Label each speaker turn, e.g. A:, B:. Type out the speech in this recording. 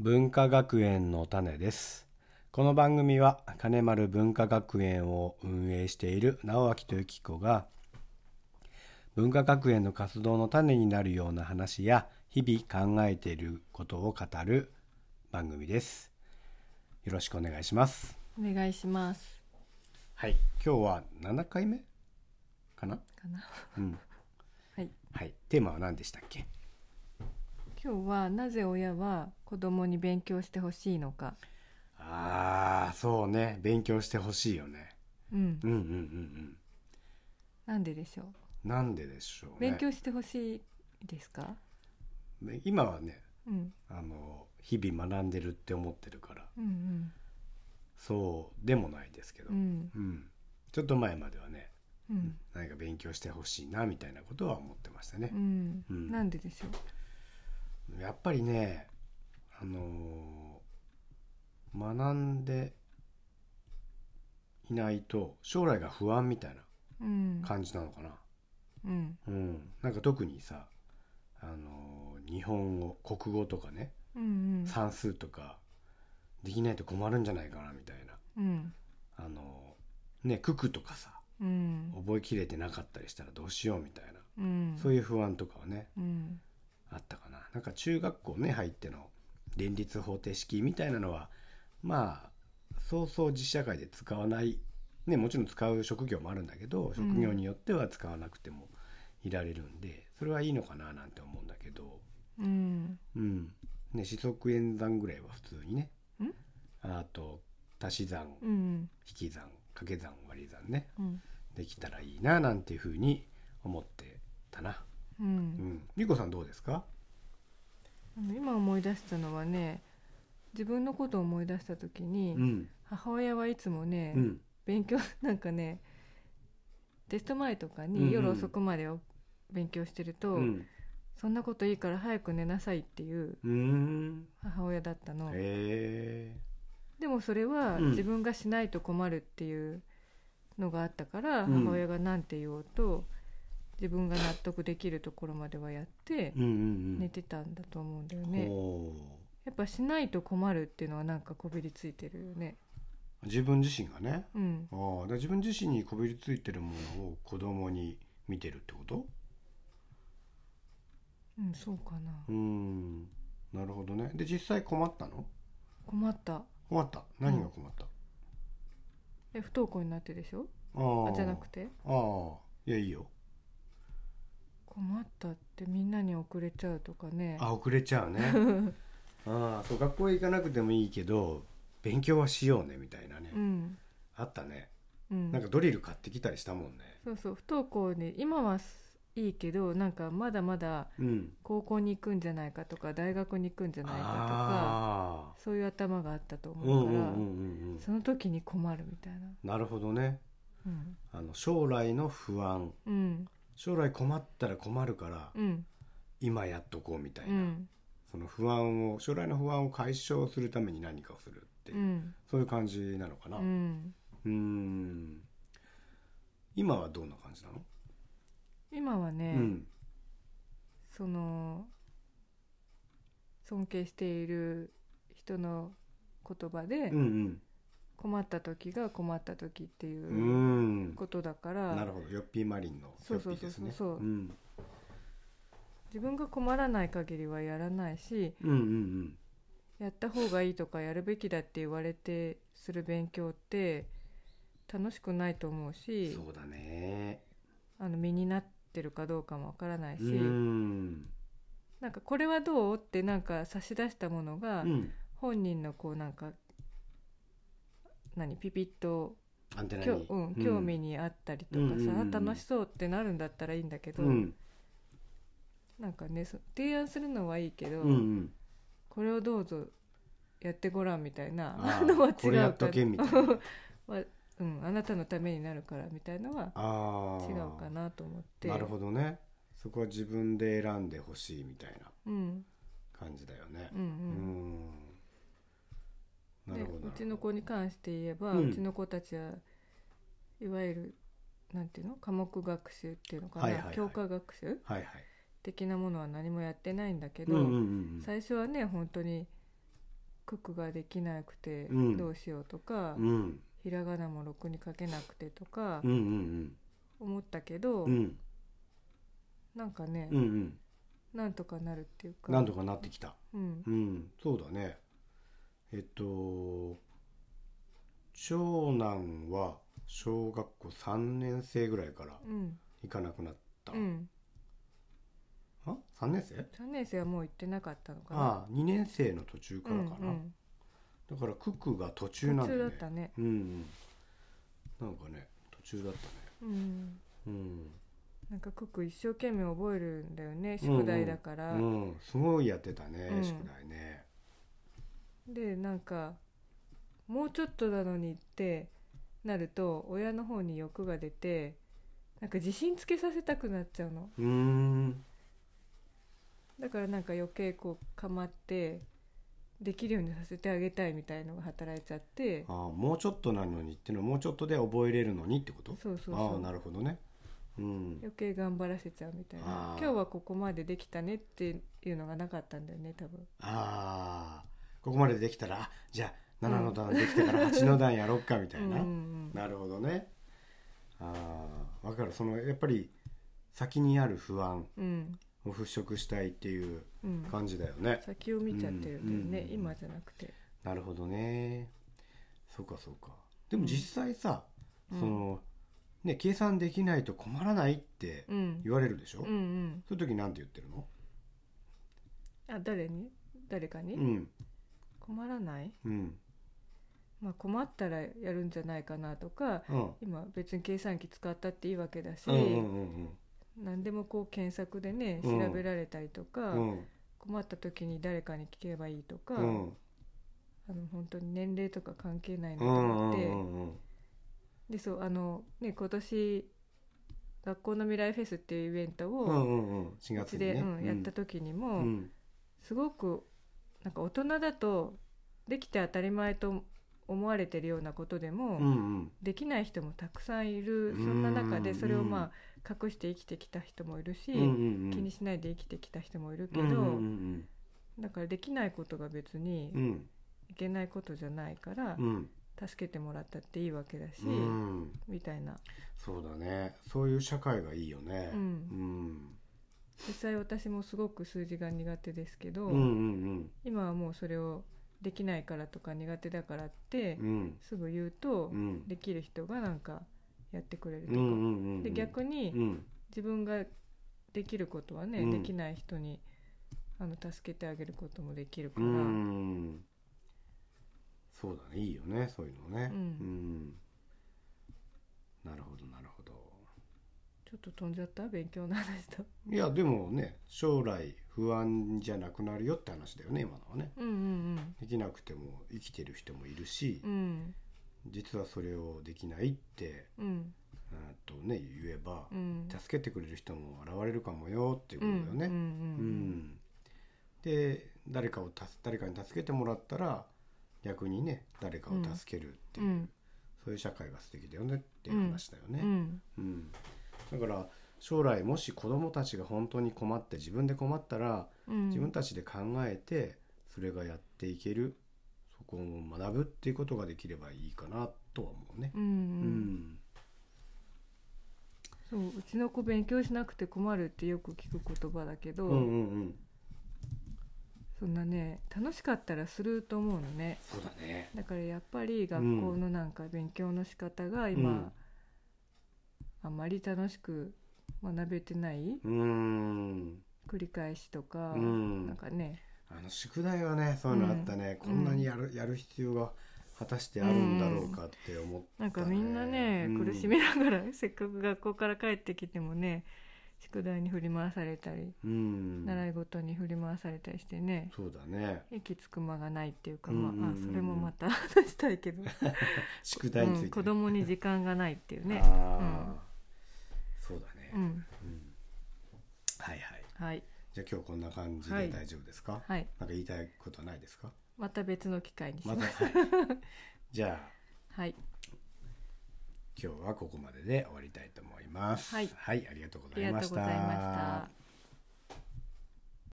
A: 文化学園の種ですこの番組は金丸文化学園を運営している直明とゆき子が文化学園の活動の種になるような話や日々考えていることを語る番組ですよろしくお願いします
B: お願いします
A: はい今日は7回目かな
B: かな
A: うん
B: はい
A: はいテーマは何でしたっけ
B: 今日はなぜ親は子供に勉強してほしいのか
A: ああそうね勉強してほしいよね
B: うん
A: うんうんうんうん
B: なんででしょう
A: なんででしょうね
B: 勉強してほしいですか
A: ね今はね
B: うん
A: あの日々学んでるって思ってるから
B: うん
A: そうでもないですけど、
B: うんうん
A: うんちょっと前まではね
B: うん
A: 何か勉強してほしいなみたいなことは思ってましたね
B: う、ん
A: うん
B: なんででしょう
A: やっぱりねあのー学んでいないと将来が不安みたい
B: うん
A: な感じなのかな、
B: うん
A: うん、なんか特にさ、あのー日本語国語とかね
B: うん
A: 算数とかできないと困るんじゃないかなみたいな、
B: うんうん
A: あのーね九九とかさ
B: うん
A: 覚えきれてなかったりしたらどうしようみたいな、
B: うん
A: そう
B: い
A: いう不安とかはね
B: うん
A: あったかななんか中学校ね入っての連立方程式みたいなのはまあそうそう実社会で使わない、ね、もちろん使う職業もあるんだけど職業によっては使わなくてもいられるんで、それはいいのかななんて思うんだけど、
B: うん
A: うんね、四則演算ぐらいは普通にね
B: ん
A: あと足し算
B: うん
A: 引き算掛け算割り算ね
B: うん
A: できたらいいななんていうふうに思ってたな。
B: う
A: うんん、リコさんどうですか
B: あの今思い出したのはね自分のことを思い出した時
A: う
B: に
A: ん、
B: 母親はいつもね、
A: うん
B: 勉強なんかねテスト前とか
A: うんうん
B: に夜遅くまでお勉強してると、
A: うん
B: そんなこといいから早く寝なさいっていう
A: うーん。
B: 母親だったの、
A: へえ。
B: でもそれは
A: うん
B: 自分がしないと困るっていうのがあったから、
A: うん
B: 母親が何て言おうと自分が納得できるところまではやって
A: うんうんう
B: 寝
A: ん。
B: てたんだと思うんだよね、
A: おー
B: やっぱしないと困るっていうのはなんかこびりついてるよね
A: 自分自身がね。
B: うん
A: ああ、だから自分自身にこびりついてるものを子供に見てるってこと？
B: うんそうかな
A: うーん。なるほどね。で実際困ったの？
B: 困った
A: 困った。何が困った？
B: え不登校になってでしょ
A: あ
B: あ
A: あ。
B: じゃなく。て
A: ああ。いやいいよ。
B: 困ったってみんなに遅れちゃうとかね
A: あ遅れち ゃうね。ああ、そう学校行かなくてもいいけど勉強はしようねみたいなね。
B: うん
A: あったね。
B: うん
A: なんかドリル買ってきたりしたもんね。
B: そうそう不登校に今はすいいけどなんかまだまだ
A: うん。
B: 高校に行くんじゃないかとか大学に行くんじゃないかとか
A: ああ。
B: そういう頭があったと
A: うん
B: 思
A: う
B: うんか
A: う
B: ら、
A: んうん
B: その時に困るみたいな
A: うん。なるほどね。
B: うん
A: あの将来の不安
B: うん
A: 将来困ったら困るから、
B: うん
A: 今やっとこうみたいうな、
B: ん
A: その不安を将来の不安を解消するために何かをするっていうう、
B: ん
A: そういう感じなのかな
B: う
A: うん
B: ん
A: ーん今はどんな感じなの、
B: 今はね、
A: うん
B: その尊敬している人の言葉で、
A: うん
B: 困った時が困った時ってい
A: うんう
B: ううんことだから、
A: なるほどヨッピーマリンの
B: そ
A: ヨ
B: う
A: ッピ
B: そう
A: ー
B: そう
A: です
B: そ
A: ね
B: うそうん自分が困らない限りはやらないし
A: うんうん
B: やった方がいいとかやるべきだって言われてする勉強って楽しくないと思う
A: うん
B: し
A: そうだね
B: あの身になってるかどうかもわからないし、
A: うん
B: なんかこれはどうってなんか差し出したものが
A: うん
B: 本人のこうなんか何ピピッと
A: アンテナ
B: きょ
A: に、
B: うん、興味にあったりとか
A: うん
B: さ、
A: うんうんうん
B: 楽しそうってなるんだったらいいんだけど、
A: うん
B: なんかねそ提案するのはいいけど、
A: うんうん
B: これをどうぞやってごらんみたいな
A: あ
B: のは違う
A: ーこれやっとけみたい な
B: はうん、あなたのためになるからみたいのは
A: ああ
B: 違うかなと思って
A: なるほどねそこは自分で選んでほしいみたいな
B: うん
A: 感じだよね
B: うんう
A: うんんな
B: で
A: るほど
B: うちの子に関して言えば、
A: う
B: うんちの子たちはいわゆるなんていうの科目学習っていうのかな、
A: はいはいはい
B: 教科学習
A: はいはい
B: 的なものは何もやってないんだけ
A: う
B: ど、
A: んうんうんうん
B: 最初はね本当に九九ができなくて
A: うん
B: どうしようとか、
A: うん
B: ひらがなもろくに書けなくてとか
A: うんうん
B: 思ったけど、
A: うんうん
B: なんかね、
A: うんうん
B: なんとかなるっていうか
A: なんとかなってきた
B: うん
A: うんそうだねえっと長男は小学校3年生ぐらいから
B: うん
A: 行かなくなった、
B: うん
A: あ3年生
B: 3年生はもう行ってなかったのかな
A: ああ2年生の途中か
B: う
A: ら
B: ん
A: かな、
B: うん
A: だからククが途中な
B: 普
A: んだよ
B: 通
A: ね
B: だったね
A: うんうんなんかね途中だったね
B: うん
A: うん
B: なんかクック一生懸命覚えるんだよね宿題だから、
A: うんすごいやってたね、
B: うん
A: 宿題ね
B: でなんかもうちょっとなのにってなると親の方に欲が出てなんか自信つけさせたくなっちゃうの
A: うーん
B: だからなんか余計こうかまってできるようにさせてあげたいみたいのが働いちゃって
A: ああもうちょっとなのにっていうのはもうちょっとで覚えれるのにってこと
B: そうそう
A: あ
B: そ
A: あ
B: う
A: なるほどねうん
B: 余計頑張らせちゃうみたいな
A: あー
B: 今日はここまでできたねっていうのがなかったんだよね多分
A: ああここまでできたらあじゃあ7の段できたから8の段やろっかみたいな、
B: うんうん
A: なるほどねああわかるそのやっぱり先にある不安
B: うんうん
A: を払拭したいっていう
B: うん
A: 感じだよね、
B: 先を見ちゃってるんだよね、
A: うんうんうん
B: 今じゃなくて
A: なるほどねそうかそうかでも実際さ、
B: うん
A: そのね計算できないと困らないって
B: うん
A: 言われるでしょ、
B: うんうん
A: そういう時なんて言ってるの
B: あ誰に誰かに、
A: うん
B: 困らない、
A: うん
B: まあ、困ったらやるんじゃないかなとか
A: うん
B: 今別に計算機使ったっていいわけだし、
A: うんうんうん
B: 何でもこう検索でね調
A: うん
B: べられたりとか、
A: うん
B: 困った時に誰かに聞けばいいとか、
A: うん
B: あの本当に年齢とか関係ないな
A: う
B: と
A: ん
B: 思って、
A: うんうん
B: でそうあの、ね、今年学校の未来フェスっていうイベント
A: う
B: を
A: んうんうん4
B: う
A: 月
B: ち
A: に
B: で、
A: ね
B: うん、やった時にも、
A: うん
B: すごくなんか大人だとできて当たり前と思われてるようなことでも、
A: うんうん
B: できない人もたくさんいる
A: うん
B: そんな中でそれ
A: う
B: を
A: ん
B: まあ隠して生きてきた人もいるし、
A: うんうんうん
B: 気にしないで生きてきた人もいるけど、
A: うんうん
B: だからできないことが別に
A: うんうん
B: いけないことじゃないから、
A: うん
B: 助けてもらったっていいわけだし、
A: うん
B: みたいな
A: そうだねそういう社会がいいよね
B: うん
A: うん
B: 実際私もすごく数字が苦手ですけど、
A: うんうん
B: 今はもうそれをできないからとか苦手だからって
A: うんうん
B: すぐ言うと、
A: うん
B: できる人がなんかやってくれると
A: うんう
B: か、
A: んうん
B: で逆に、
A: うん
B: 自分ができることはね、
A: うん
B: できない人にあの助けてあげることもできるか
A: う
B: ら、
A: んそうだねいいよねそういうのね
B: うん
A: うんなるほどなるほど
B: ちょっと飛んじゃった勉強の話 と
A: いやでもね将来不安じゃなくなるよって話だよね今のはね
B: うんうん
A: できなくても生きてる人もいるし、
B: うんうん
A: 実はそれをできないって、
B: うん
A: えーっとね、言えば、
B: うん
A: 助けてくれる人も現れるかもよっていうことだよ
B: うんう
A: ね。うん
B: ん
A: で誰かを助誰かに助けてもらったら逆にね誰かを助けるっていう、
B: うん
A: そういう社会が素敵だよねっていう話だよ
B: う
A: ね。
B: ん
A: うんだから将来もし子どもたちが本当に困って自分で困ったら
B: うん
A: 自分たちで考えてそれがやっていけるそこを学ぶっていうことができればいいかなとは思うね。
B: うんうんそううちの子勉強しなくて困るってよく聞く言葉だけ
A: う
B: ど、
A: んうんうん
B: そんなね楽しかったらすると思うのね
A: そうだね
B: だからやっぱり学校のなんか勉強の仕方が今、
A: うん
B: あまり楽しく学べてない
A: うん
B: 繰り返しとか、
A: うん
B: なんかね
A: あの宿題はねそういうのあったね、
B: うん
A: こんなにやるやる必要が果たしてあるんだろうかって思った、
B: な
A: ね
B: んかみんなね、
A: うん
B: 苦しみながら せっかく学校から帰ってきてもね宿題に振り回されたり、
A: うん
B: 習い事に振り回されたりしてね
A: そうだね
B: 息つく間がないっていうか、まあ
A: うんうんうんうん
B: あそれもまた 話したいけど、
A: 宿
B: う
A: 題について、
B: ん、子供に時間がないっていうね
A: あ。あ、そうだね、
B: う
A: うん
B: ん、
A: はいはい
B: はい、
A: じゃあ今日こんな感じ
B: は
A: で
B: い
A: 大丈夫ですか、
B: はい、
A: なんか言いたいことはないです か
B: また別の機会にし
A: ま
B: ま
A: た、
B: す。
A: はい、じゃあ
B: はい
A: 今日はここまでで終わりたいと思います。
B: はい
A: はい、ありがとうご
B: あ
A: ざ
B: り
A: い
B: が
A: ま
B: とう
A: し
B: ございました
A: た。。